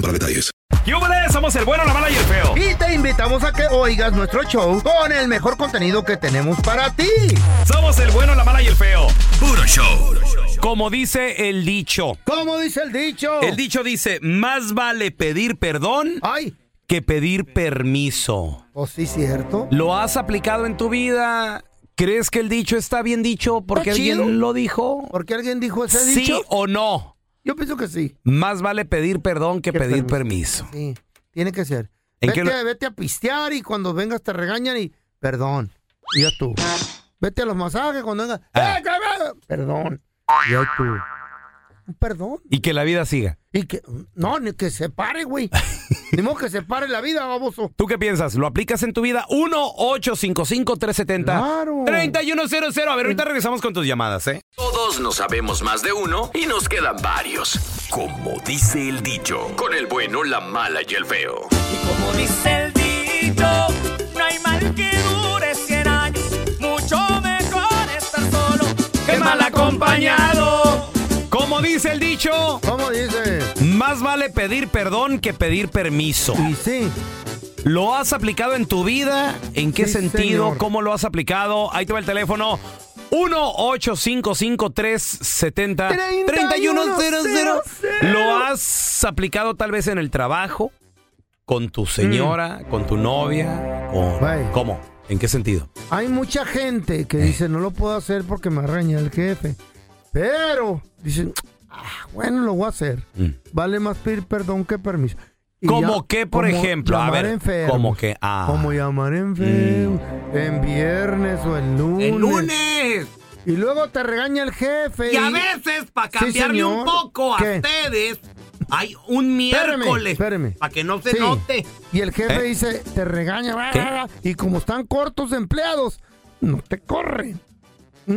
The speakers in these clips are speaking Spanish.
para detalles. ¡Yúbales! Somos el bueno, la mala y el feo. Y te invitamos a que oigas nuestro show con el mejor contenido que tenemos para ti. Somos el bueno, la mala y el feo. Puro show. Como dice el dicho. ¿Cómo dice el dicho? El dicho dice, más vale pedir perdón Ay, que pedir permiso. pues sí, cierto. ¿Lo has aplicado en tu vida? ¿Crees que el dicho está bien dicho porque Está chido. alguien lo dijo? ¿Por qué alguien dijo ese ¿Sí dicho? o no? Yo pienso que sí. Más vale pedir perdón que Que pedir permiso. permiso. Sí, tiene que ser. ¿En Vete, qué lo- vete a pistear y cuando vengas te regañan y perdón. Y ya tú. Vete a los masajes cuando vengas. Ah. "Eh, cabrón". Perdón. Y ya tú. Un Perdón. Y que la vida siga. Y que. No, ni que se pare, güey. ni modo que se pare la vida, baboso. ¿Tú qué piensas? ¿Lo aplicas en tu vida? 1-855-370-3100. Claro. A ver, ahorita regresamos con tus llamadas, ¿eh? Todos nos sabemos más de uno y nos quedan varios. Como dice el dicho, con el bueno, la mala y el feo. Como dice el dicho, no hay mal que dure 100 años. Mucho mejor estar solo que mal acompañado. Como dice el dicho, ¿Cómo dice? más vale pedir perdón que pedir permiso. Y sí. ¿Lo has aplicado en tu vida? ¿En qué Sí, sentido? señor. ¿Cómo lo has aplicado? Ahí te va el teléfono. 1-855-370-3100. ¿Lo has aplicado tal vez en el trabajo? ¿Con tu señora? ¿Con tu novia? con- Güey. ¿Cómo? ¿En qué sentido? Hay mucha gente Eh. que dice, no lo puedo hacer porque me reña el jefe. Pero, dicen, "Ah, bueno, lo voy a hacer. Mm. Vale más pedir perdón que permiso. Y ¿Cómo ya- qué, por ejemplo? A llamar ver, enfermos, ¿cómo qué? Ah. Mm. Como llamar enfermo, en viernes o el lunes. lunes! Y luego te regaña el jefe. y- veces, para cambiarle señor. un poco a ¿Qué? ustedes, hay un Espérame, miércoles, espérame. pa' que no Sí. Y el jefe dice, te regaña. bla, ¿Eh? ¿Qué? bla, bla", Y como están cortos de empleados, no te corren. ¿Mm?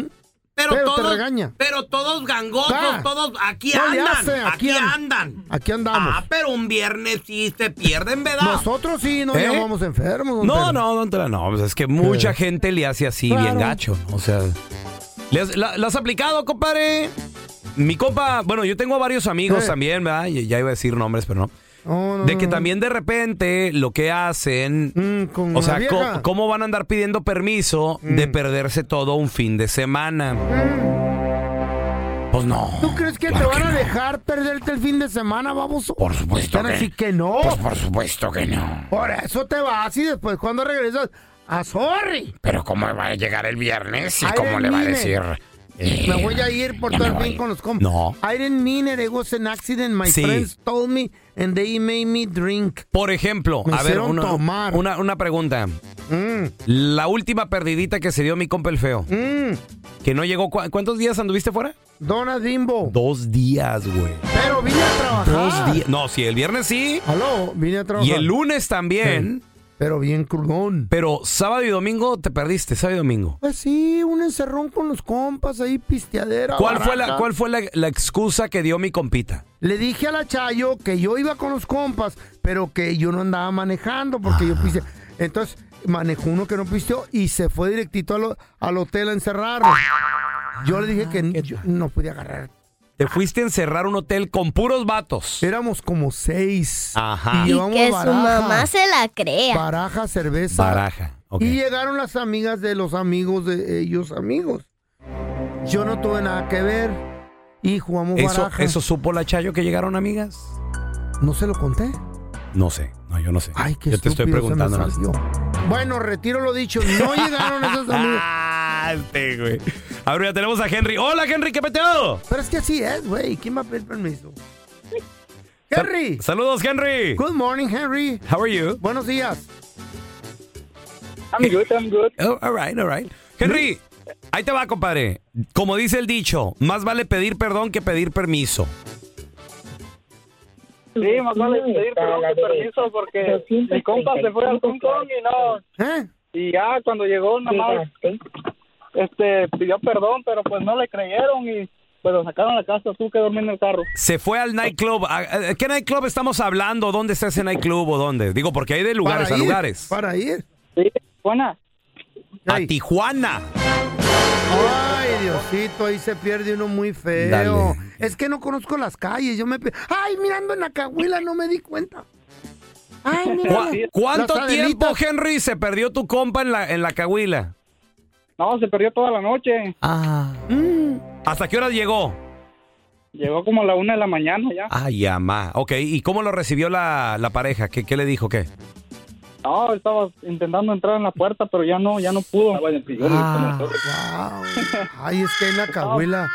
Pero te regaña. Pero todos gangosos, Ah, todos aquí no le andan, hace, aquí, aquí an- andan. Aquí andamos. Ah, pero un viernes sí se pierden, ¿verdad? Nosotros sí nos ¿Eh? llamamos enfermos. don no, Tela. no, don Tela, no, pues es que mucha Eh. gente le hace así Claro. bien gacho, o sea, ¿le has- la, la has aplicado, compadre? Mi compa, bueno, yo tengo varios amigos Eh. también, ¿verdad? Ya- Ya iba a decir nombres, pero no. No, no, De que no. también de repente lo que hacen, Mm, con o sea, la co- vieja. Mm. ¿cómo, van a andar pidiendo permiso de perderse todo un fin de semana? Mm. Pues no. ¿Tú crees que claro te van a no. dejar perderte el fin de semana, baboso? Por supuesto Están que- así que no. Pues por supuesto que no. Por eso te vas y después cuando regresas, a sorry. Pero ¿cómo va a llegar el viernes y Ay, cómo le va a mire. decir? eh, Me voy a ir por ya todo me el voy? fin con los compas. No. I didn't mean it. It was an accident. My Sí. friends told me and they made me drink. Por ejemplo, Me a ver, hicieron una, tomar. Una, una pregunta. Mm, La última perdidita que se dio mi compa el feo, mm. que no llegó. ¿cu- ¿Cuántos días anduviste fuera? Dona Bimbo. Dos días, güey. Pero vine a trabajar. Dos días. No, sí, el viernes sí. Aló, vine a trabajar. Y el lunes también. Pero bien crudón. Pero sábado y domingo te perdiste, sábado y domingo. Pues sí, un encerrón con los compas ahí, pisteadera. ¿Cuál fue, la, barata. cuál fue la, la excusa que dio mi compita? Le dije a la Chayo que yo iba con los compas, pero que yo no andaba manejando porque yo piste. Entonces manejó uno que no pisteó y se fue directito al, ho- al hotel a encerrarlo. Yo le dije que n- yo no podía agarrar. Te fuiste a encerrar un hotel con puros vatos. Éramos como seis. Ajá. Y llevamos que su baraja, mamá se la crea. baraja, cerveza. Baraja. ok. Y llegaron las amigas de los amigos de ellos amigos. Yo no tuve nada que ver y jugamos ¿Eso, baraja. ¿Eso supo la Chayo que llegaron amigas? ¿No se lo conté? No sé. No, yo no sé. Ay, qué yo te estoy estúpido se me preguntando. nomás. salió. Bueno, retiro lo dicho. No llegaron esas amigas. Ah, este, güey. Ahora ya tenemos a Henry. Hola, Henry, ¿qué peteado? Pero es que así es, güey. ¿Quién va a pedir permiso? Henry. Saludos, Henry. Good morning, Henry. How are you? Buenos días. I'm good, I'm good. Oh, all right, all right. Henry, ahí te va, compadre. Como dice el dicho, más vale pedir perdón que pedir permiso. Sí, más vale pedir perdón que permiso porque mi compa se fue al concón y no. ¿Eh? Y ya cuando llegó, nada más este, pidió perdón, pero pues no le creyeron y pues lo sacaron a la casa. Tú que dormí en el carro. Se fue al nightclub. ¿A- a- a ¿Qué nightclub estamos hablando? ¿Dónde está ese nightclub o dónde? Digo, porque hay de lugares Para a ir, lugares. Para ir. Sí, buena. A Ey. Tijuana. Ay, Diosito, ahí se pierde uno muy feo. Dale. Es que no conozco las calles. Yo me. pe- Ay, mirando en la cahuila, no me di cuenta. Ay, mira. ¿Cu- ¿Cuánto Las tiempo, Adelitas. Henry, se perdió tu compa en la, en la cahuila? No, se perdió toda la noche. Ah. Mm. ¿Hasta qué hora llegó? Llegó como a la una de la mañana ya. Ay, amá. Ok, ¿y cómo lo recibió la, la pareja? ¿Qué, ¿Qué le dijo? ¿Qué? No, estaba intentando entrar en la puerta, pero ya no, ya no pudo. Ah, wow. Ay, es que en la cahuila.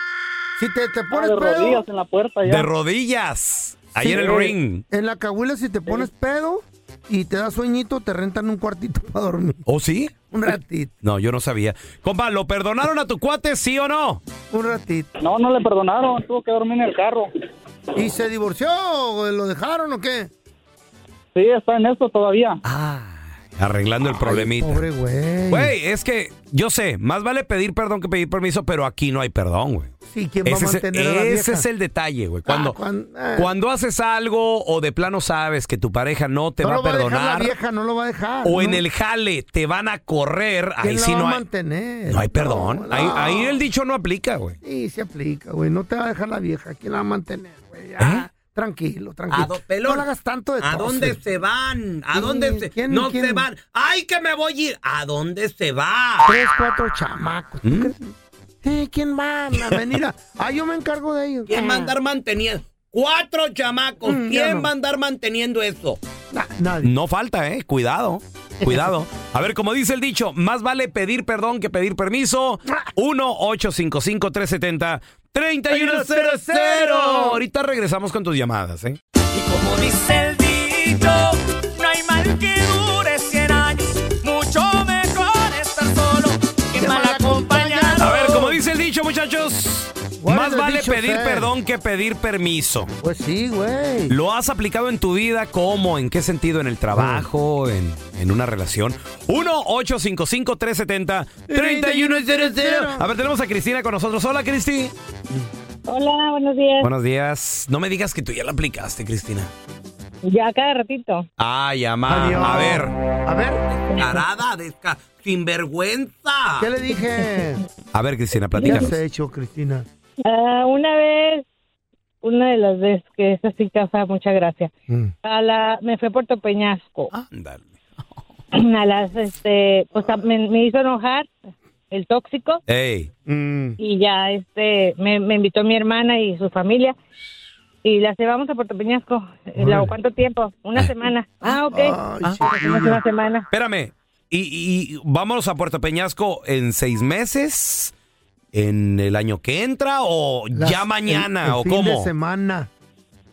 Si te, te Estaba pones Ah, de pedo. rodillas en la puerta ya. De rodillas. Ahí Pues Sí. eh, en el ring. En la cahuila, si te pones pedo y te da sueñito, te rentan un cuartito para dormir. ¿Oh, sí? Un ratito, No, yo no sabía. Compa, ¿lo perdonaron a tu cuate, sí o no? un ratito. No, no le perdonaron. Tuvo que dormir en el carro. ¿Y se divorció? o ¿Lo dejaron o qué? Sí, está en esto todavía. Ah, arreglando el problemita. Pobre güey. Güey, es que yo sé, más vale pedir perdón que pedir permiso, pero aquí no hay perdón, güey. Sí, ¿quién va a Ese, es, e-, mantener a la ese vieja? es el detalle, güey. Cuando, cuan- eh. cuando haces algo o de plano sabes que tu pareja no te no va lo a va a dejar la perdonar vieja, no lo va a dejar. o en ¿no? el jale te van a correr, ¿Quién ahí la sí va no a hay, mantener? no hay perdón. No, Ahí, no. ahí el dicho no aplica, güey. Sí, se aplica, güey. No te va a dejar la vieja. ¿Quién la va a mantener, güey? ¿Eh? Ya, Ah, Tranquilo, tranquilo. no le hagas tanto de tos, güey. van? ¿A Sí, dónde se- ¿quién- no quién? se van? ¡Ay, que me voy a ir! ¿A dónde se va? Tres, cuatro chamacos. ¿Tú ¿Mm? crees? Sí, ¿quién van a venir? a- Ah, yo me encargo de ellos. ¿Quién va a andar manteniendo? Cuatro chamacos. Mm, ya ¿Quién no. va a andar manteniendo eso? Na- Ah, nadie. No falta, ¿eh? Cuidado. Cuidado. A ver, como dice el dicho, más vale pedir perdón que pedir permiso. Ah. 1-855-370-3100. Ahorita regresamos con tus llamadas, ¿eh? Y como dice el dicho, no hay mal que dure 100 años. Mucho mejor estar solo que mal acompañado. A ver, como dice el dicho, muchachos, What más does vale dicho pedir say? perdón que pedir permiso. Pues sí, güey. ¿Lo has aplicado en tu vida? ¿Cómo? ¿En qué sentido? ¿En el Oh. trabajo? ¿En, en una relación? 1-855-370-3100. A ver, tenemos a Cristina con nosotros. Hola, Cristi. Hola, buenos días. Buenos días. No me digas que tú ya la aplicaste, Cristina. Ya cada ratito. Ay, ama. Adiós. A ver. A ver, Carada, desca, sinvergüenza. ¿qué le dije? A ver, Cristina, ¿Qué platícanos. has hecho, Cristina? Ah, una vez, una de las veces que es así casa, muchas gracias. Mm. A la, me fue a Puerto Peñasco. Ándale. A las, este, pues a- me, me hizo enojar el tóxico Ey. Mm. y ya, este, me, me invitó mi hermana y su familia. Y las llevamos a Puerto Peñasco. Eh, ¿Y luego cuánto tiempo? Una semana. Ah, ok. Ay, Hicimos una semana. Espérame. Y, y vámonos a Puerto Peñasco en seis meses, en el año que entra o Las- ya mañana el- el o fin cómo. de semana.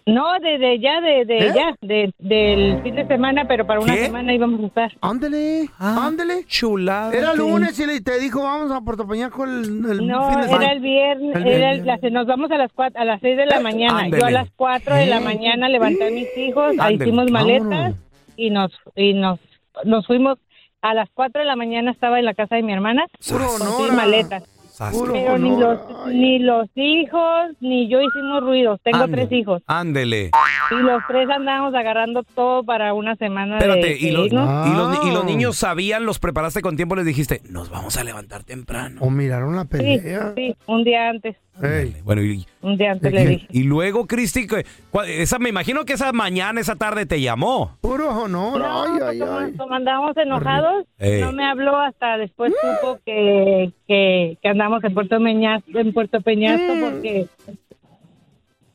No, desde ya, de, de ¿Eh? ya, de- del fin de semana, pero para una Oh. ¿Qué? Ah, semana íbamos a estar. Ándele, ándele. Chulada. Era lunes y le- te dijo, vamos a Puerto Peñasco el, el No, fin de era semana. el viernes, El era el- viernes. Eh, la- nos vamos a las cuatro, a las 6 de la mañana. Yo ándele. a las 4 de la mañana levanté a mis hijos, ahí Ándele, hicimos maletas vámonos. y nos y nos nos fuimos a las 4 de la mañana, estaba en la casa de mi hermana Puro con honor, sus maletas. Sas- Pero ni los, ni los hijos ni yo hicimos ruidos. Tengo Ándale. tres hijos. Ándele. Y los tres andamos agarrando todo para una semana de, Espérate, y de los, irnos. y los ni- y los niños sabían, los preparaste con tiempo, les dijiste, nos vamos a levantar temprano. O miraron la Sí, pelea. sí, un día antes. Bueno, y, Un día antes le dije. y luego, Cristi, que- cua- esa, me imagino que esa mañana, esa tarde te llamó. Puro honor. No, pues como, como andábamos enojados, Ey. no me habló hasta después supo que, que, que andamos en Puerto Peñasco, en Puerto Peñasco porque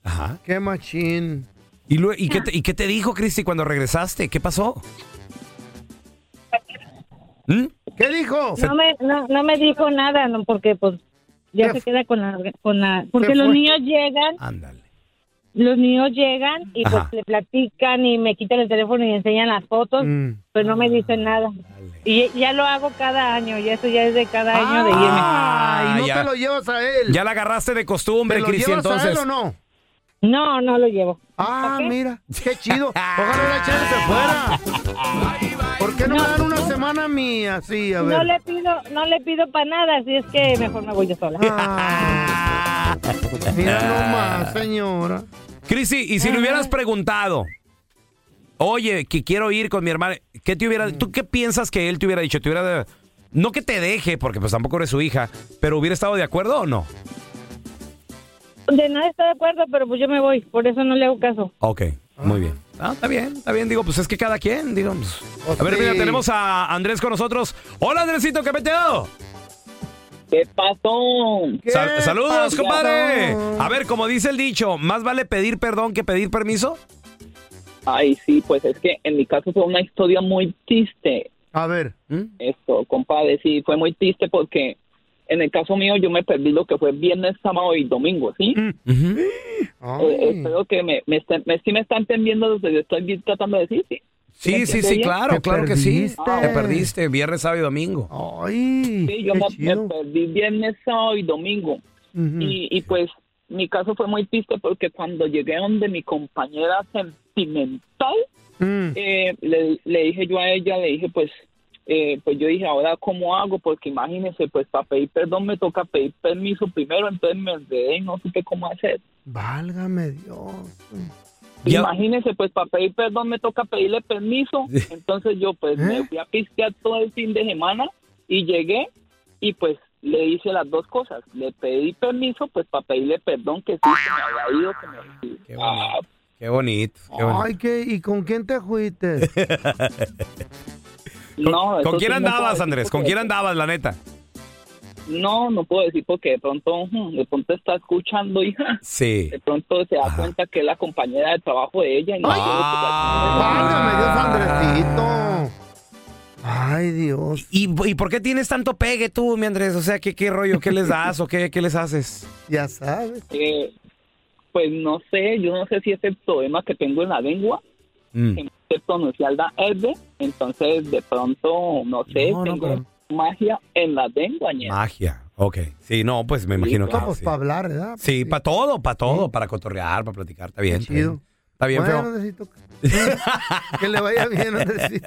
Ajá. Qué machín. ¿Y, lue- y qué, te, y qué te dijo, Cristi, cuando regresaste? ¿Qué pasó? ¿Mm? ¿Qué dijo? no me, no, no me dijo nada, no, porque pues ya se queda con la, con la porque ¿Qué los fue? niños llegan, los niños llegan y Ajá. pues le platican y me quitan el teléfono y enseñan las fotos, Mm. pues no me dicen nada. Y ya lo hago cada año, y eso ya es de cada año de irme. Ah, no ya. te lo llevas a él. Ya la agarraste de ¿Te costumbre, lo Cristi, llevas entonces. a él o no? No, no lo llevo. Ah, mira, qué chido. Ojalá la chave se fuera. ¿Por qué no, me dan una semana mía así, a ver? No le pido, no le pido para nada, así es que mejor me voy yo sola. Ah. Mira nomás, señora. Cristi, Ah. y si le hubieras preguntado, oye, que quiero ir con mi hermana, ¿qué te hubiera, ¿tú qué piensas que él te hubiera dicho? ¿Te hubiera, no que te deje, porque pues tampoco eres su hija, pero hubiera estado de acuerdo o no? De nada está de acuerdo, pero pues yo me voy, por eso no le hago caso. Ok, muy bien. Ah, está bien, está bien. Digo, pues es que cada quien, digamos. A ver, mira, tenemos a Andrés con nosotros. Hola, Andresito, ¿qué peteado? ¿Qué pasó? Sal- ¿Qué saludos, pasó? compadre. A ver, como dice el dicho, más vale pedir perdón que pedir permiso. Ay, sí, pues es que en mi caso fue una historia muy triste. A ver. ¿Mm? Esto, compadre, sí, fue muy triste porque en el caso mío yo me perdí lo que fue viernes, sábado y domingo, ¿sí? Mm. Eh, espero que me, me, estén- me- sí me está entendiendo lo que yo estoy tratando de decir, ¿sí? Sí, ¿Me sí, entiende sí, bien? claro, claro que sí. Te perdiste viernes, sábado y domingo. Sí, yo me, me perdí viernes, sábado y domingo. Ujú. y, y pues mi caso fue muy triste porque cuando llegué donde mi compañera sentimental, eh, le, le dije yo a ella, le dije pues, eh, pues yo dije, ahora cómo hago, porque imagínense, pues para pedir perdón me toca pedir permiso primero, entonces me enredé y no supe cómo hacer. Válgame Dios. Imagínense, pues para pedir perdón me toca pedirle permiso. Entonces yo pues me fui a pistear todo el fin de semana y llegué y pues le hice las dos cosas. Le pedí permiso pues para pedirle perdón que sí, que me había ido. Que me... Ah, Qué bonito. Qué bonito. Ay, ¿qué? ¿y con quién te fuiste? ¿Con, eso con quién sí no puedo andabas, decir Andrés? ¿Con porque- quién andabas, la neta? no, no puedo decir porque de pronto, ujú, de pronto está escuchando, hija. Sí. De pronto se da cuenta que es la compañera de trabajo de ella. Y no Ay, Dios. ¿Y, y por qué tienes tanto pegue tú, mi Andrés? O sea, ¿qué, qué rollo? ¿Qué les das o qué, qué les haces? Ya sabes. Eh, pues no sé, yo no sé si es el problema que tengo en la lengua, que no sé pronunciar la R, entonces de pronto, no sé, tengo magia en la lengua. ñe. Magia. Ok. Sí, no, pues me imagino No, que pues sí. para hablar, ¿verdad? Sí, para todo, para todo, para cotorrear, para platicar. Está bien. está bien. Está bien, Bueno, feo. necesito que le vaya bien, Andresito.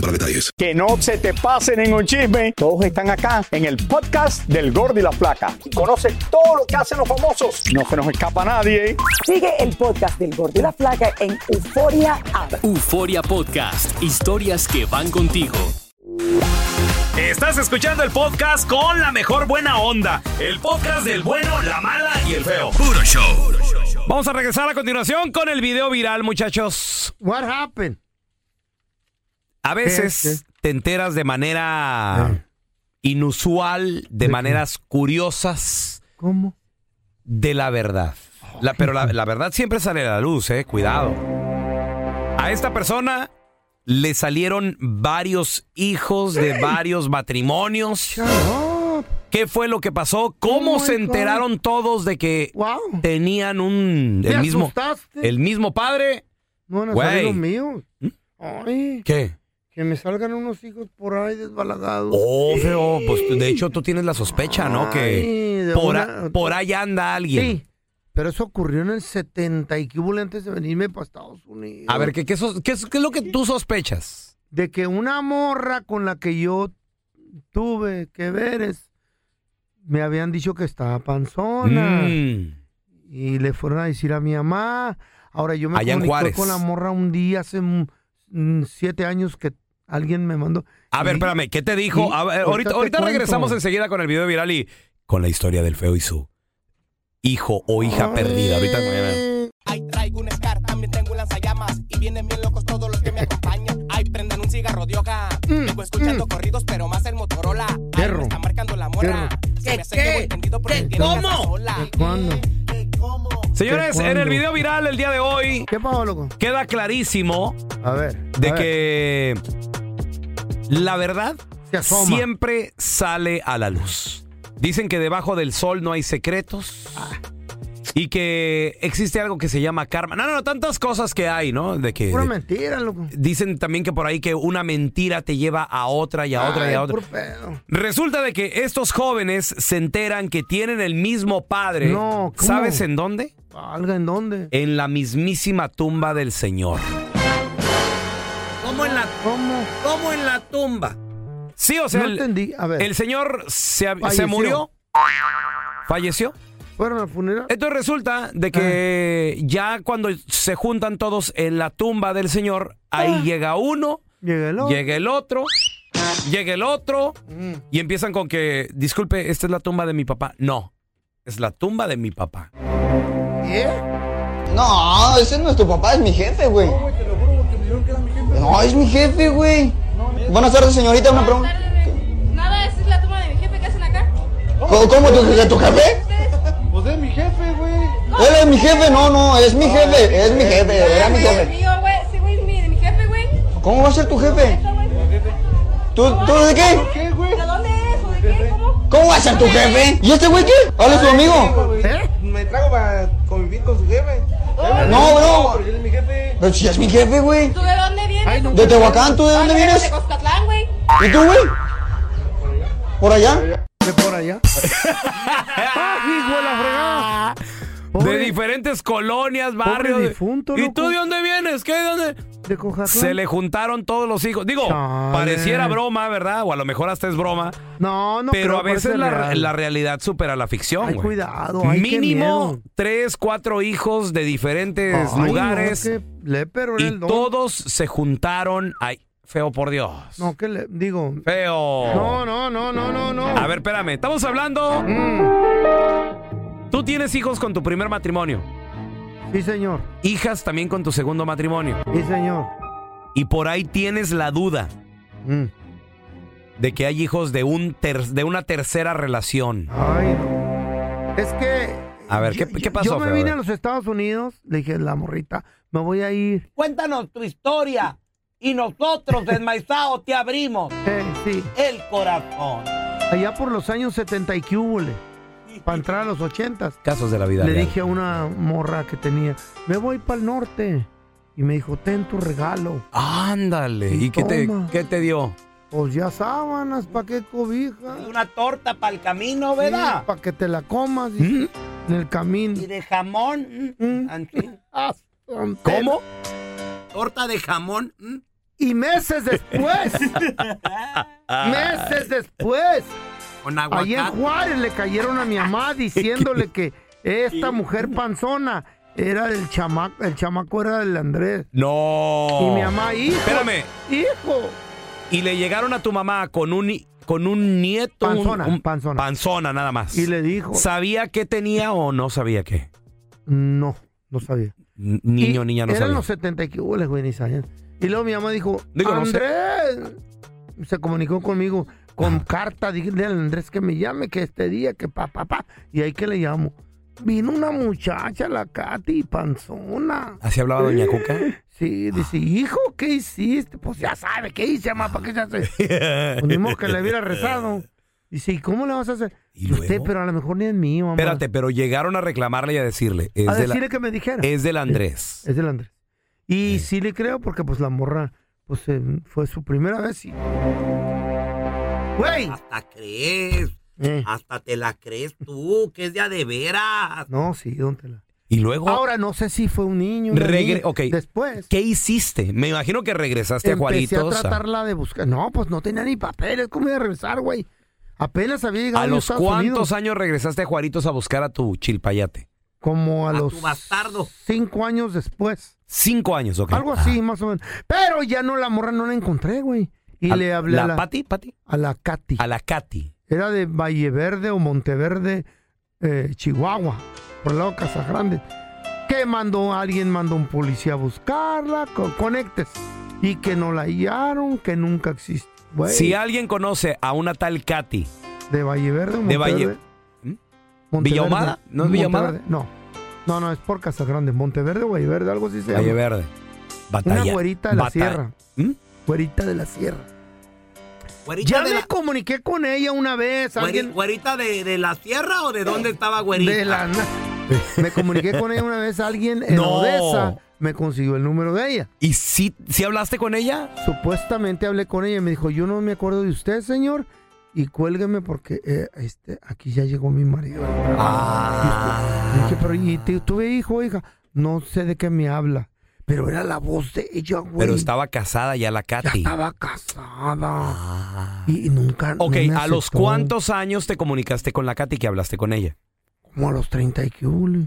para detalles. Que no se te pase ningún chisme. Todos están acá en el podcast del Gordi y la Flaca. Y conoce todo lo que hacen los famosos. No se nos escapa nadie. Sigue el podcast del Gordo y la Flaca en Euforia App. Euforia Podcast, historias que van contigo. Estás escuchando el podcast con la mejor buena onda. El podcast del bueno, la mala y el feo. Puro show. Vamos a regresar a continuación con el video viral, muchachos. What happened? A veces te enteras de Eh. manera inusual, de maneras curiosas. ¿Cómo? De la verdad. La- pero la, la verdad siempre sale a la luz, eh. Cuidado. A esta persona le salieron varios hijos de varios matrimonios. ¿Qué fue lo que pasó? ¿Cómo Oh my se God. enteraron todos de que tenían un el Me mismo asustaste. el mismo padre? No van a Güey. ¿Mm? salir los míos. Ay, ¿Qué? que me salgan unos hijos por ahí desbalagados. Oh, feo, pues de hecho tú tienes la sospecha, ¿no? Ay, Que de por, una- a- por ahí anda alguien. Sí, pero eso ocurrió en el 70 y que hubo antes de venirme para Estados Unidos. A ver, ¿qué, qué sos- qué es- qué es lo que tú sospechas? De que una morra con la que yo tuve que ver es- me habían dicho que estaba panzona. Mm. Y le fueron a decir a mi mamá. Ahora yo me Allá en comuniqué Juárez. con la morra un día hace mm, mm, siete años que alguien me mandó. A ver, espérame, ¿qué te dijo? Sí, A ver, ahorita ahorita te ahorita cuento. regresamos enseguida con el video viral y con la historia del feo y su hijo o hija perdida. Ahorita Ahí traigo un Scar, también tengo un lanzallamas Y vienen bien locos todos los que me acompañan Ahí prendan un cigarro de hoja Vengo escuchando corridos, pero más el Motorola Ahí me está marcando la mora Se me hace que voy tendido porque entiendo que está sola Señores, ¿De en el cuándo? video viral el día de hoy. Queda clarísimo. A ver. De que la verdad asoma. siempre sale a la luz. Dicen que debajo del sol no hay secretos. Y que existe algo que se llama karma. No, no, no, tantas cosas que hay, ¿no? De que Pura de- mentira, loco. dicen también que por ahí que una mentira te lleva a otra y a otra y Ay, a otra. puro pedo. Resulta de que estos jóvenes se enteran que tienen el mismo padre. No, ¿cómo? ¿Sabes en dónde? Valga, ¿en dónde? En la mismísima tumba del Señor. ¿Cómo en la, en la tumba? Sí, o sea, No el, entendí. A ver. el señor se, se Falleció. murió, falleció. Fueron al funeral. Ah. Entonces resulta de que ya cuando se juntan todos en la tumba del señor, ahí llega uno, Ah. Llega el otro. Mm. llega el otro, llega el otro, y empiezan con que, disculpe, esta es la tumba de mi papá. No, es la tumba de mi papá. No, ese no es tu papá, es mi jefe, güey. No, es mi jefe, güey. Buenas tardes, señorita, una pregunta. Nada, esa es la toma de mi jefe que hacen acá. ¿Cómo, cómo tu, que tu jefe? Pues es mi jefe, güey. Él es mi jefe, no, no, es mi jefe, es mi jefe, era mi Es jefe. mío, güey. Ese güey es mi, de mi jefe, güey. ¿Cómo va a ser tu jefe? ¿Tú, tú de qué? güey? ¿De dónde eres o de qué? ¿Cómo? ¿Cómo va a ser tu jefe? ¿Y este güey qué? ¿Habla su amigo? Ah, Me trago para convivir con su jefe. Oh. No, bro. Porque él es mi jefe. Pero si es mi jefe, güey. ¿Tú de dónde vienes? ¿De Tehuacán? ¿Tú de dónde Ah, yo vienes? De Coscatlán, güey. ¿Y tú, güey? ¿Por allá? ¿De por allá? ¡Ah, hijo de la De diferentes colonias, barrios. ¿Y tú de dónde vienes? ¿Qué? ¿De dónde? De Cojatlán. Se le juntaron todos los hijos. Digo, Chale. pareciera broma, ¿verdad? O a lo mejor hasta es broma. No, no pero creo, a veces parece la, real. la realidad supera la ficción. Ay, güey. cuidado, ay, qué Mínimo miedo. tres, cuatro hijos de diferentes Ay, no, lugares. qué lepero era y el don. todos se juntaron. Ay, feo por Dios. No, que le digo. Feo. No, no, no, no, no, no. A ver, espérame. Estamos hablando. Tú tienes hijos con tu primer matrimonio. Sí, señor. Hijas también con tu segundo matrimonio. Sí, señor. Mm. Y por ahí tienes la duda de que hay hijos de, un ter- de una tercera relación. Es que A ver, ¿qué, qué pasó? yo me Fer? vine a los Estados Unidos, le dije, la morrita, me voy a ir. Cuéntanos tu historia. y nosotros desmaizados te abrimos Eh, el corazón. Allá por los años 70 y que hubo, le, para entrar a los 80. Casos de la vida Le real. dije a una morra que tenía, me voy para el norte. Y me dijo, ten tu regalo. Ándale. ¿Y qué te, Toma. qué te dio? Pues ya sábanas, ¿para qué cobija? Una torta para el camino, ¿verdad? para que te la comas y- ¿Mm? en el camino. Ah, Y de jamón. mm, así. ¿Cómo? Torta de jamón. mm. Y meses después, Ah. meses después, Con Ahí en Juárez le cayeron a mi mamá diciéndole que esta mujer panzona era el chamaco, el chamaco era el Andrés. No. Y mi mamá, hijo. Espérame. Hijo. Y le llegaron a tu mamá con un ni- con un nieto. un- Panzona, un- panzona. nada más. Y le dijo. ¿Sabía qué tenía o no sabía qué? No, no sabía. N- Niño, niña, no Eran sabía. los 70 y que hubo, güey, ni sabían. Y luego mi mamá dijo, Digo, no sé. Andrés, se comunicó conmigo con carta, dile al Andrés que me llame, que este día, que pa, pa, pa. Y ahí que le llamo. Vino una muchacha, la Katy, panzona. ¿Así hablaba Doña Cuca? Sí, dice, hijo, ¿qué hiciste? Pues ya sabe, ¿qué hice, mamá? ¿Para qué se hace? Pues ni modo que le hubiera rezado. Dice, ¿y cómo le vas a hacer? Y usted, pero a lo mejor ni es mío, mamá. Espérate, pero llegaron a reclamarle y a decirle. Es a de la- decirle que me dijera. Es del Andrés. Es del Andrés. Y Eh. sí le creo porque pues la morra pues eh, fue su primera vez y... ¡Güey! Hasta crees. Eh. Hasta te la crees tú, que es de a de veras. No, sí, dónde la... Ah. Y luego. Ahora no sé si fue un niño. una regre- niña. ok. Después. ¿Qué hiciste? Me imagino que regresaste a Empecé a Juaritos. a- tratarla de buscar. No, pues no tenía ni papeles. ¿Cómo iba a regresar, güey? Apenas había llegado ¿A los Estados cuántos Unidos. años regresaste a Juaritos a buscar a tu chilpayate? Como a, los cinco años después. Cinco años, ok. Ah. Algo así, más o menos. Pero ya no, la morra no la encontré, güey. Y ¿A- le hablé la a la... Pati, Pati? A la Katy. A la Katy. Era de Valleverde o Monteverde, eh, Chihuahua, por el lado de Casa Grande. Que mandó alguien, mandó un policía a buscarla, co- conectes. Y que no la hallaron, que nunca existe. Güey, Si alguien conoce a una tal Katy de Valleverde o de Monteverde. Valle. ¿Villa Ahumada? ¿No es Villa Ahumada? Monteverde, No. No, no, es por Casa Grande. Monteverde o Valleverde, algo así se llama. Valle Verde. Batalla. Una güerita de la bata- sierra. ¿Mm? Güerita de la sierra. ya me comuniqué con ella una vez. Güeri- Alguien, ¿Güerita de, de la sierra o de dónde estaba güerita? De Ah, la na- Me comuniqué con ella una vez, alguien en No. Odessa me consiguió el número de ella. ¿Y si, si hablaste con ella? Supuestamente hablé con ella y me dijo, yo no me acuerdo de usted, señor, y cuélgueme porque eh, este, aquí ya llegó mi marido. Ah. Y dije, pero ¿y te- tuve hijo, hija? No sé de qué me habla, pero era la voz de ella, güey. Pero estaba casada ya la Katy. Ah. estaba casada. Y nunca... no Ok, me ¿a los aceptó. cuántos años te comunicaste con la Katy que hablaste con ella? Como a los 30 y que hule.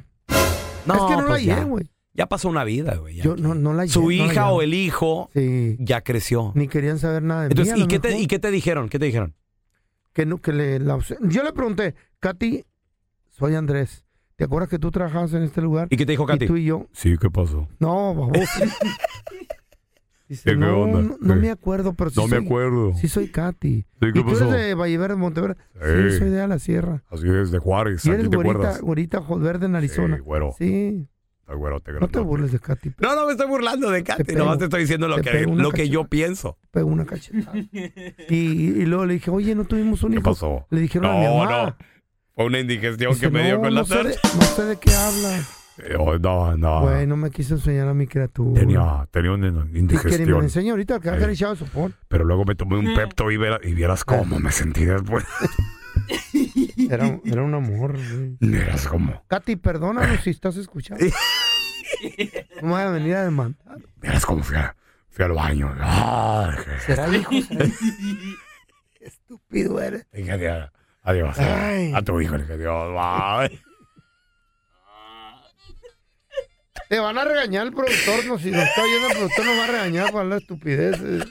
No, es que no la pues ya. hallé, güey. Ya pasó una vida, güey. ya. Yo no, no la hallé. Su no la hija hallaba. o el hijo ya creció. Ni querían saber nada de Entonces, mí. a ¿y lo qué, te, mejor. ¿y qué te dijeron? ¿Qué te dijeron? que no, que le, la obs- yo le pregunté, Katy, soy Andrés. ¿Te acuerdas que tú trabajabas en este lugar? ¿Y qué te dijo Katy? tú y yo. Sí, ¿qué pasó? No, baboso. Dice, ¿Qué no, onda? no, no ¿Qué? me acuerdo, pero sí No me soy- acuerdo. Sí soy Katy. ¿qué ¿Y tú pasó? eres de Valleverde, Monteverde? Sí. Sí. soy de la Sierra. Así es, de Juárez. Y eres güerita, güerita Jodverde en Arizona. Sí. No te burles de Katy. No, no me estoy burlando de Katy. pego. nomás te estoy diciendo lo, Te que, pego una lo que yo pienso. Pegó una cachetada. y, y luego le dije, oye, no tuvimos un hijo. pasó? Le dijeron a mi No, mamá. no. Fue una indigestión Dice, que me dio "No, con no la sé de- tarde. no sé de qué habla. No, oh, no, no. Güey, no me quiso enseñar a mi criatura. Tenía, tenía una Y que ni me indigestión. enseñó ahorita que ha Eh. acariciado su pon. Pero luego me tomé un pepto y, vera- y vieras cómo me sentí después. Era, era un amor, güey. Vieras cómo. Katy, perdónanos si estás escuchando. No me voy a venir a demandar. Vieras cómo fui, a- fui al baño. Ah, dije, ¿Será el hijo? ¿Será el hijo? Estúpido eres. dije, "Adiós, adiós. Ay. A tu hijo le dije adiós. bye". Te van a regañar el productor. No, si nos está oyendo el productor, nos va a regañar por hablar estupideces.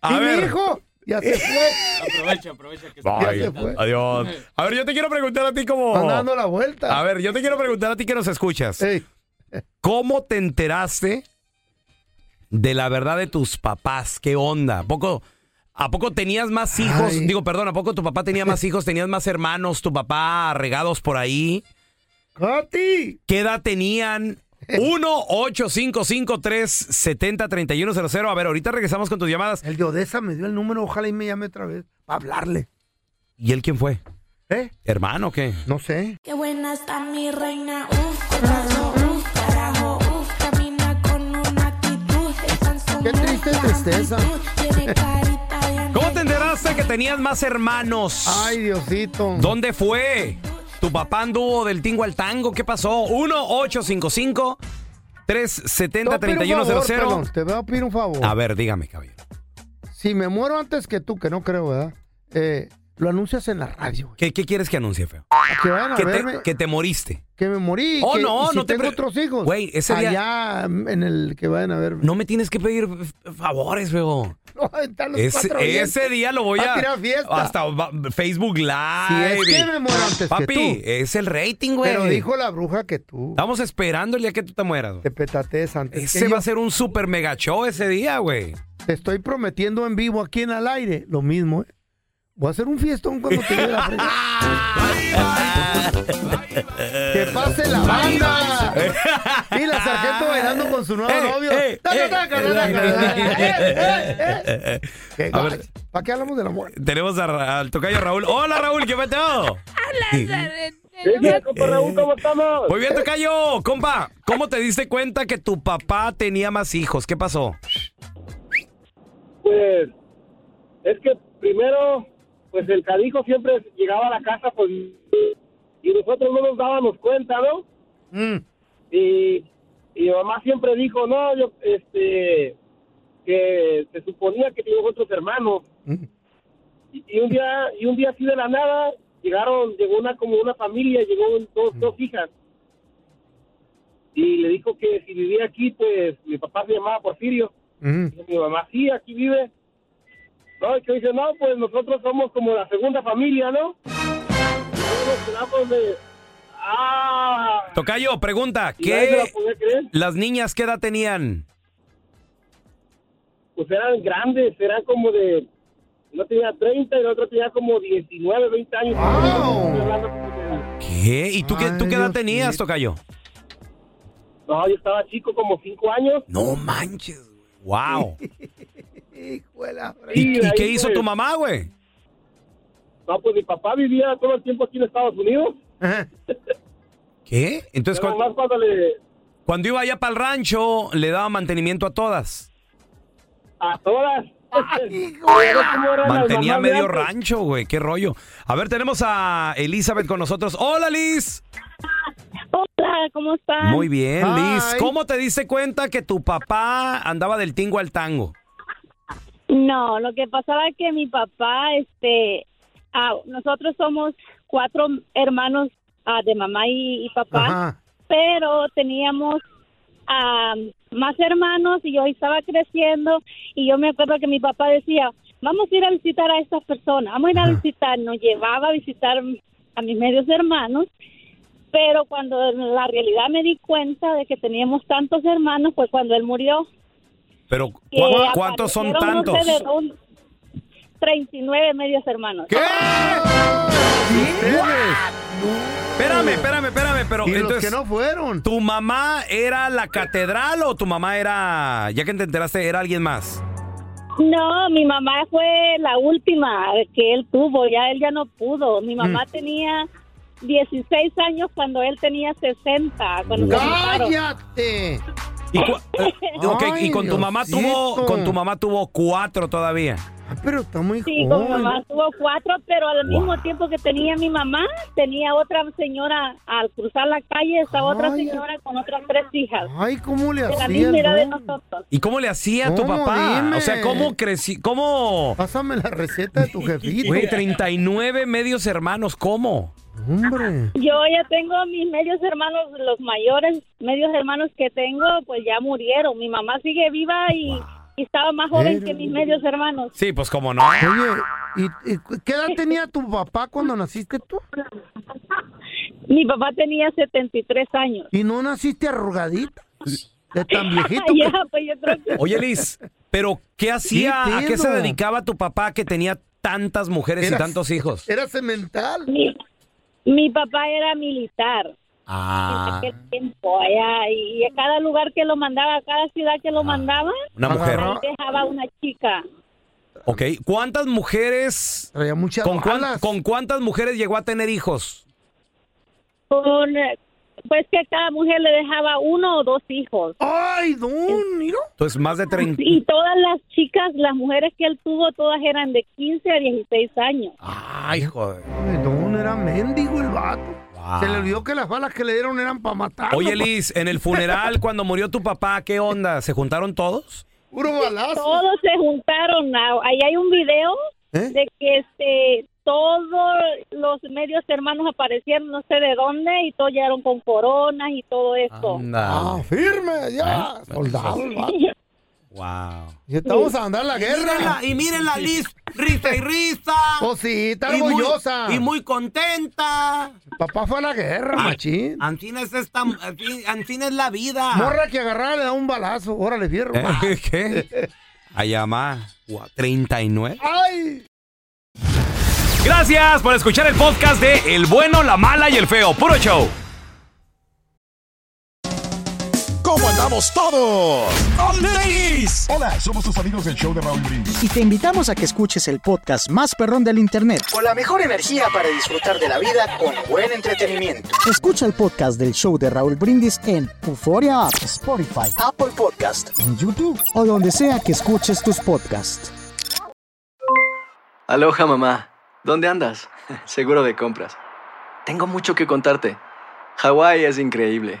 A ¡Y ver. mi hijo! ¡Ya se fue! Aprovecha, aprovecha que Ay, está- adiós. A ver, yo te quiero preguntar a ti cómo. Van dando la vuelta. A ver, yo te quiero preguntar a ti que nos escuchas. ¿Cómo te enteraste de la verdad de tus papás? ¿Qué onda? ¿A poco, a poco tenías más hijos? Ay. Digo, perdón, ¿a poco tu papá tenía más hijos? ¿Tenías más hermanos? ¿Tu papá regados por ahí? ¡Cati! ¿Qué edad tenían? 1-855-370-3100. A ver, ahorita regresamos con tus llamadas. El de Odessa me dio el número, ojalá y me llame otra vez para hablarle. ¿Y él quién fue? ¿Eh? ¿Hermano o qué? No sé. Qué buena está mi reina, uf, qué pasó, uf, carajo, uf, camina con una actitud, Qué triste tristeza. ¿Cómo te enteraste que tenías más hermanos? Ay, Diosito. ¿Dónde fue? ¿Tu papá anduvo del tingo al tango? ¿Qué pasó? 1-855. Te voy a pedir un favor, pelón, 370-3100. Te voy a pedir un favor. A ver, dígame, caballero. Si me muero antes que tú, que no creo, ¿verdad? Eh, lo anuncias en la radio. ¿Qué, qué quieres que anuncie, feo? Que vayan a Que verme, te, que te moriste. que me morí. Oh, que, no, y si no te pre- tengo otros hijos. Güey, ese día- Allá mm, en el que vayan a verme. No me tienes que pedir eh, favores, feo. Están los Ese, cuatro bien. ese día lo voy Va a. tirar fiesta. Hasta va- Facebook Live. Si es que me muero antes que Papi, tú. es el rating, güey. Pero dijo la bruja que tú. Estamos esperando el día que tú te mueras. güey. Te petatees antes. que Ese yo. va a ser un super mega show ese día, güey. Te estoy prometiendo en vivo aquí en al aire. Lo mismo, ¿eh? Voy a hacer un fiestón cuando te llegue la fregada. ¡Que pase la banda! Y la sargento bailando con su nuevo Eh, novio. ¡Taca, taca, taca, taca! ¡Eh, eh, eh! Qué A gacho. ver. ¿Para qué hablamos del amor? Tenemos a- al tocayo Raúl. Hola, Raúl, ¿qué pasó? Raúl, ¿cómo estamos? Muy bien, tocayo. Compa, ¿cómo te diste cuenta que tu papá tenía más hijos? ¿Qué pasó? Pues es que primero, pues el cadijo siempre llegaba a la casa pues, y nosotros no nos dábamos cuenta, ¿no? Mm, Y, y mi mamá siempre dijo, no, yo, este, que se suponía que teníamos otros hermanos. Y, y un día, y un día así de la nada, llegaron, llegó una como una familia, llegó un- dos, dos hijas. Y le dijo que si vivía aquí, pues mi papá se llamaba Porfirio. mm, Dijo, mi mamá, sí, aquí vive. No, y que dice, no, pues nosotros somos como la segunda familia, ¿no? Y luego nos quedamos de, ah, Tocayo, pregunta, y nadie se la ¿qué podía creer. las niñas qué edad tenían? Pues eran grandes, eran como de, uno tenía 30 y el otro tenía como 19, 20 años. Estoy hablando como de- ¿Qué? ¿Y tú qué, tú qué edad tenías, Tocayo? No, yo estaba chico, como 5 años. No manches. Wow. Sí, ¿Y, de y ahí, qué hizo pues, tu mamá, güey? No, pues mi papá vivía todo el tiempo aquí en Estados Unidos. ¿Qué? Entonces, Pero cuando, nomás cuando le, cuando iba allá para el rancho, le daba mantenimiento a todas. a todas. Mantenía medio rango rancho, güey. Qué rollo. A ver, tenemos a Elizabeth con nosotros. Hola, Liz. Hola, ¿cómo están? Muy bien, Liz. ¿Cómo te diste cuenta que tu papá andaba del tingo al tango? No, lo que pasaba es que mi papá, este, ah, nosotros somos cuatro hermanos ah, de mamá y, y papá, pero teníamos ah, más hermanos y yo estaba creciendo y yo me acuerdo que mi papá decía, vamos a ir a visitar a estas personas, vamos a ir a visitar, nos llevaba a visitar a mis medios hermanos pero cuando en la realidad me di cuenta de que teníamos tantos hermanos fue cuando él murió. Pero, que ¿cu- ¿cuántos son aparecieron, no tantos? sé, de dónde, 39 medios hermanos. Espérame, espérame, espérame, pero Y los entonces que no fueron. ¿Tu mamá era la catedral o tu mamá era, ya que te enteraste, era alguien más? No, mi mamá fue la última que él tuvo, ya él ya no pudo. Mm. Mi mamá tenía 16 años cuando él tenía 60. Cuando se casaron. ¡Cállate! Y, cu- eh, ok, Ay, y con tu mamá Diosito. tuvo, con tu mamá tuvo cuatro todavía. Pero está muy Sí, con mi mamá tuvo cuatro, pero al mismo tiempo que tenía mi mamá, tenía otra señora al cruzar la calle, esa otra señora con otras tres hijas. Ay, ¿cómo le De la hacía misma el edad de don? nosotros. ¿Y cómo le hacía a tu ¿Cómo? papá? Dime. O sea, ¿cómo crecí? ¿Cómo? Pásame la receta de tu jefito. Güey, 39 medios hermanos, ¿cómo? Hombre. Yo ya tengo mis medios hermanos, los mayores medios hermanos que tengo, pues ya murieron. Mi mamá sigue viva y, y estaba más joven que mis medios hermanos. Sí, pues cómo no. Oye, ¿y, y cu- qué edad tenía tu papá cuando naciste tú? Mi papá tenía 73 años. ¿Y no naciste arrugadita? ¿De tan viejito? que- ya, pues yo creo que... Oye, Liz, ¿pero qué hacía? ¿Qué ¿A qué se pedo? dedicaba tu papá que tenía tantas mujeres y Era- tantos hijos? Era cemental. Mi, mi papá era militar. Ah, aquel tiempo allá y, y a cada lugar que lo mandaba, a cada ciudad que Ah. lo mandaba, una mujer. ahí dejaba una chica. ok. ¿Cuántas mujeres... ¿con, cuán- con cuántas mujeres llegó a tener hijos? Con, eh, pues que cada mujer le dejaba uno o dos hijos. ¡Ay, don! Entonces, más de 30... Y todas las chicas, las mujeres que él tuvo, todas eran de 15 a 16 años. Ah, Ay, joder. don era mendigo el vato. Se le olvidó que las balas que le dieron eran para matar. Oye, Liz, en el funeral cuando murió tu papá, ¿qué onda? ¿Se juntaron todos? Todos se juntaron. a- Ahí hay un video ¿Eh? de que este todos los medios hermanos aparecieron no sé de dónde y todos llegaron con coronas y todo esto. Ah, firme, ya. pues, Soldado. el vato. Ah. Wow. Ya estamos a andar la guerra. Y mírenla, y mírenla, Liz, risa y risa. Pues sí, está Y muy- orgullosa. Y muy contenta. Papá fue a la guerra, Ay, machín. Ancina es esta, anti- Ancina es la vida. Morra que agarraba le da un balazo. Órale, fierro. ¿Eh? ¿Qué? Allá más. Gua- ¿39? ¡Ay! Gracias por escuchar el podcast de El Bueno, la Mala y el Feo. Puro show. ¿Cómo andamos todos? Hola, somos tus amigos del show de Raúl Brindis. Y te invitamos a que escuches el podcast más perrón del internet. Con la mejor energía para disfrutar de la vida con buen entretenimiento. Escucha el podcast del show de Raúl Brindis en Euforia App, Spotify, Apple Podcast. en YouTube o donde sea que escuches tus podcasts. Aloha mamá, ¿dónde andas? Seguro de compras. Tengo mucho que contarte. Hawái es increíble.